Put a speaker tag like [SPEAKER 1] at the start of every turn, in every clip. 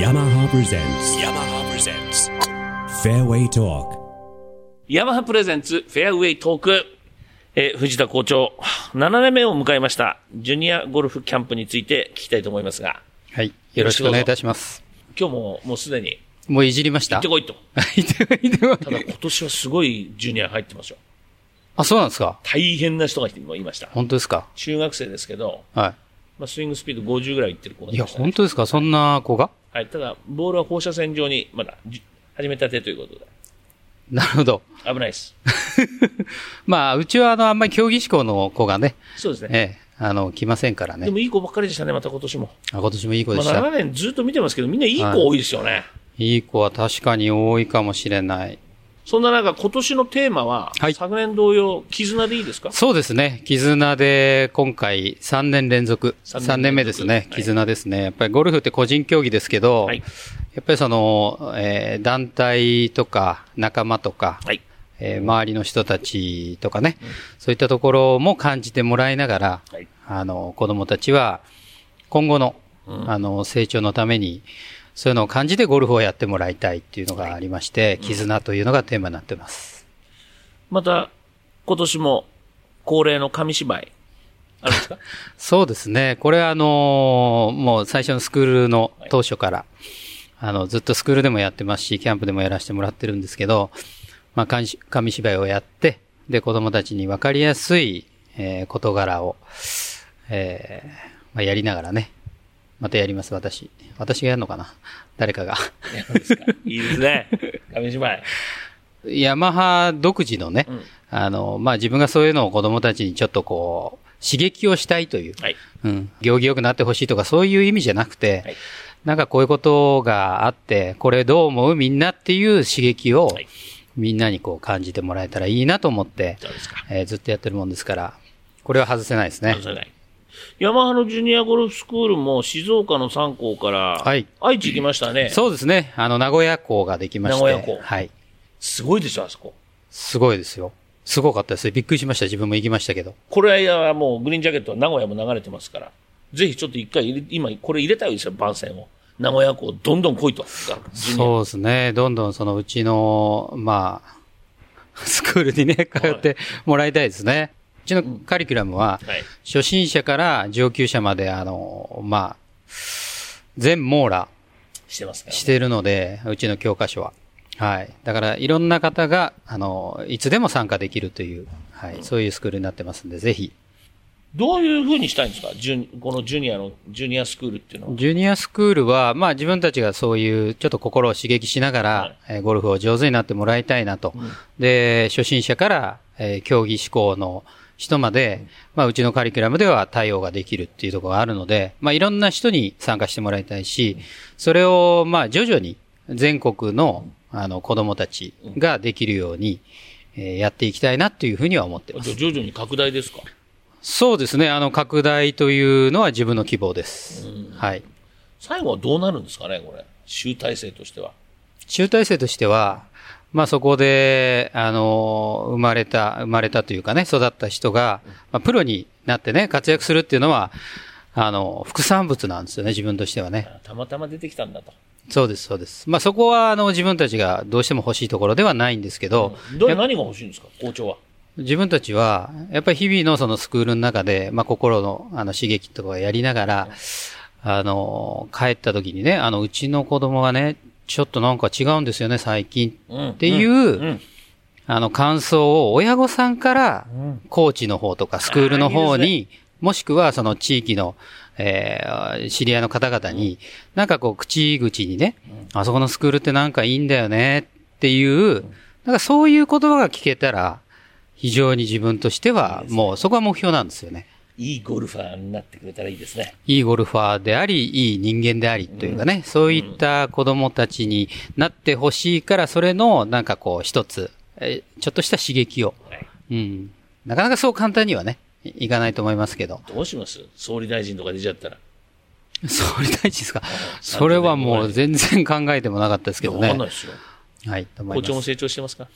[SPEAKER 1] yamaha presents yamaha presents fairway talk
[SPEAKER 2] ヤマハプレゼンツフェアウェイトーク、えー藤田校長、7年目を迎えました、ジュニアゴルフキャンプについて聞きたいと思いますが、
[SPEAKER 3] はい。よろしくお願いいたします。
[SPEAKER 2] 今日ももうすでに
[SPEAKER 3] もういじりまし
[SPEAKER 2] 行
[SPEAKER 3] た
[SPEAKER 2] ってこいと。
[SPEAKER 3] い。 行ってこい、行ってこい
[SPEAKER 2] ただ今年はすごいジュニア入ってますよ。
[SPEAKER 3] あ、そうなんですか
[SPEAKER 2] 大変な人が今いました。
[SPEAKER 3] 本当ですか
[SPEAKER 2] 中学生ですけど、
[SPEAKER 3] は
[SPEAKER 2] まあ、スイングスピード50ぐらいいってる子が
[SPEAKER 3] い。い
[SPEAKER 2] い
[SPEAKER 3] や、
[SPEAKER 2] ましたね、
[SPEAKER 3] 本当ですかそんな子が
[SPEAKER 2] はい。ただ、ボールは放射線状に、まだ、じ始めたてということで、
[SPEAKER 3] なるほど。
[SPEAKER 2] 危ないです。
[SPEAKER 3] まあ、うちはあの、あんまり競技志向の子がね、
[SPEAKER 2] そうですね。
[SPEAKER 3] ええ、あの、来ませんから
[SPEAKER 2] で
[SPEAKER 3] ね。
[SPEAKER 2] もいい子ばっかりでしたね、また今年も。
[SPEAKER 3] あ今年もいい子
[SPEAKER 2] ま
[SPEAKER 3] で
[SPEAKER 2] あ、
[SPEAKER 3] した
[SPEAKER 2] 7。年ずっと見てますけど、みんないい子多いですよね。
[SPEAKER 3] いい子は確かに多いかもしれない。
[SPEAKER 2] そんな中、今年のテーマは、
[SPEAKER 3] はい
[SPEAKER 2] 昨年同様、絆でいいですか
[SPEAKER 3] そうですね。絆で、今回3年連続、
[SPEAKER 2] 三年連続
[SPEAKER 3] 3年目です
[SPEAKER 2] はい
[SPEAKER 3] ね。絆ですね。やっぱりゴルフって個人競技ですけど、
[SPEAKER 2] はい
[SPEAKER 3] やっぱりその、えー団体とか仲間とか、
[SPEAKER 2] はい。
[SPEAKER 3] えー周りの人たちとかね、そういったところも感じてもらいながら、
[SPEAKER 2] はい
[SPEAKER 3] あの、子供たちは、今後の、あの、成長のために、そういうのを感じてゴルフをやってもらいたいっていうのがありまして、絆というのがテーマになってます。
[SPEAKER 2] また、今年も、恒例の紙芝居、あるんですか
[SPEAKER 3] そうですね。これはあのーもう最初のスクールの当初から、あの、ずっとスクールでもやってますし、キャンプでもやらせてもらってるんですけど、まあ、紙し紙芝居をやって、で、子供たちに分かりやすい、えー事柄を、えーまあ、やりながらね、またやります、私。私がやるのかな誰かが。
[SPEAKER 2] いいですね。 紙芝居。
[SPEAKER 3] ヤマハ独自のね、
[SPEAKER 2] ん
[SPEAKER 3] あの、まあ、自分がそういうのを子供たちにちょっとこう、刺激をしたいという、
[SPEAKER 2] はい。
[SPEAKER 3] うん、行儀良くなってほしいとかそういう意味じゃなくて、
[SPEAKER 2] はい
[SPEAKER 3] なんかこういうことがあって、これどう思うみんなっていう刺激を、
[SPEAKER 2] はい
[SPEAKER 3] みんなにこう感じてもらえたらいいなと思って、
[SPEAKER 2] どうですか。
[SPEAKER 3] えーずっとやってるもんですから、これは外せないですね
[SPEAKER 2] 外。せない。ヤマハのジュニアゴルフスクールも、静岡の3校から、
[SPEAKER 3] はい
[SPEAKER 2] 愛知行きましたね。
[SPEAKER 3] そうですね。あの、名古屋港ができまして。
[SPEAKER 2] 名古屋港
[SPEAKER 3] はい。
[SPEAKER 2] すごいでしょ、あそこ。
[SPEAKER 3] すごいですよ。すごかったですよ。びっくりしました。自分も行きましたけど。
[SPEAKER 2] これはもう、グリーンジャケットは名古屋も流れてますから、ぜひちょっと一回入れ、今、これ入れたいですよ、番宣を。名古屋校、どんどん来いと。ジュニア
[SPEAKER 3] そうですね。どんどんそのうちの、まあ、 スクールにね、通ってもらいたいですね。うちのカリキュラムは、
[SPEAKER 2] はい
[SPEAKER 3] 初心者から上級者まで、あの、まあ、全網羅
[SPEAKER 2] してますから、ね
[SPEAKER 3] し。ているので、うちの教科書は。はい。だから、いろんな方が、あの、いつでも参加できるという、はい、そういうスクールになってますんで、ぜひ。
[SPEAKER 2] どういうふうにしたいんですかジュニこのジュニアの、ジュニアスクールっていうのは。
[SPEAKER 3] ジュニアスクールは、まあ自分たちがそういうちょっと心を刺激しながら、
[SPEAKER 2] はい
[SPEAKER 3] えーゴルフを上手になってもらいたいなと。で、初心者から、えー競技志向の人まで、まあうちのカリキュラムでは対応ができるっていうところがあるので、まあいろんな人に参加してもらいたいし、それをまあ徐々に全国のあの子供たちができるように、えーやっていきたいなっていうふうには思ってます。
[SPEAKER 2] じゃあ徐々に拡大ですか
[SPEAKER 3] そうですね。あの拡大というのは自分の希望です。はい。
[SPEAKER 2] 最後はどうなるんですかねこれ。集大成としては。
[SPEAKER 3] 集大成としては、まあそこで、あの、生まれた、生まれたというかね、育った人が、まあ、プロになってね、活躍するっていうのは、あの、副産物なんですよね、自分としてはね。
[SPEAKER 2] あたまたま出てきたんだと。
[SPEAKER 3] そうです、そうです。まあそこは、あの、自分たちがどうしても欲しいところではないんですけど、
[SPEAKER 2] どう何が欲しいんですか校長は。
[SPEAKER 3] 自分たちは、やっぱり日々のそのスクールの中で、まあ、心のあの刺激とかやりながら、あの、帰った時にね、あの、うちの子供がね、ちょっとなんか違うんですよね、最近。
[SPEAKER 2] うん
[SPEAKER 3] っていう、
[SPEAKER 2] うん。
[SPEAKER 3] あの、感想を親御さんから、コーチの方とか、スクールの方
[SPEAKER 2] あーい
[SPEAKER 3] に、もしくはその地域の、えー知り合いの方々に、なんかこう、口々にね、あそこのスクールってなんかいいんだよねっていう、なんかそういう言葉が聞けたら、非常に自分としては、もうそこは目標なんですよね。
[SPEAKER 2] いいゴルファーになってくれたらいいですね。
[SPEAKER 3] いいゴルファーであり、いい人間でありというかね、そういった子供たちになってほしいから、それの、なんかこう、一つ、えちょっとした刺激を、
[SPEAKER 2] はい
[SPEAKER 3] うん。なかなかそう簡単にはね、いいかないと思いますけど。
[SPEAKER 2] どうします総理大臣とか出ちゃったら。
[SPEAKER 3] 総理大臣ですかそれはもう全然考えてもなかったですけ
[SPEAKER 2] いや、
[SPEAKER 3] ど
[SPEAKER 2] わかんな
[SPEAKER 3] ね
[SPEAKER 2] い。ですよ。
[SPEAKER 3] はい、と思い
[SPEAKER 2] 校長
[SPEAKER 3] ま
[SPEAKER 2] も
[SPEAKER 3] す。
[SPEAKER 2] 成長してますか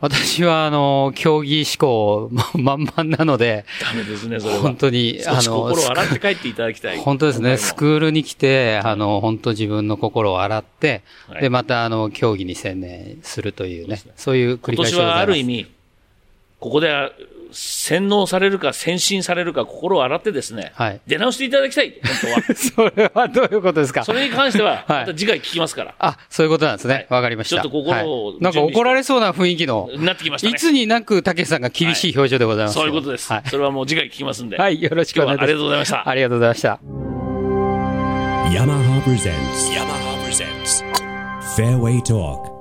[SPEAKER 3] 私は、あの、競技志向、ま、 満々なので、
[SPEAKER 2] ダメですね、それは。
[SPEAKER 3] 本当に、あ
[SPEAKER 2] 少し
[SPEAKER 3] の、
[SPEAKER 2] 心を洗って帰っていただきたい。
[SPEAKER 3] 本当ですね。ス
[SPEAKER 2] 今
[SPEAKER 3] ク
[SPEAKER 2] 回も
[SPEAKER 3] ールに来て、あの、本当自分の心を洗って、
[SPEAKER 2] はい
[SPEAKER 3] で、また、あの、競技に専念するというね、そういう繰り
[SPEAKER 2] 今
[SPEAKER 3] 返し
[SPEAKER 2] 年
[SPEAKER 3] でございます。
[SPEAKER 2] はある意味、ここであ洗脳されるか、先進されるか、心を洗ってですね、
[SPEAKER 3] はい
[SPEAKER 2] 出直していただきたい、本当は。
[SPEAKER 3] それはどういうことです か
[SPEAKER 2] それに関しては、
[SPEAKER 3] はい
[SPEAKER 2] また次回聞きますから。
[SPEAKER 3] あ、そういうことなんです
[SPEAKER 2] はい
[SPEAKER 3] ね。わ、かりました。
[SPEAKER 2] ちょっと心を
[SPEAKER 3] はいなんか怒られそうな雰囲気の、
[SPEAKER 2] なってきましたね
[SPEAKER 3] いつになく、たけしさんが厳しい表情でございますよ、
[SPEAKER 2] そういうことです、
[SPEAKER 3] はい。
[SPEAKER 2] それはもう次回聞きますんで。
[SPEAKER 3] はいよろしくお願いし
[SPEAKER 2] 今日はあ
[SPEAKER 3] ます
[SPEAKER 2] りがとうございました。
[SPEAKER 3] ありがとうございました。
[SPEAKER 1] Yamaha presents. Yamaha presents. Fairway Talk.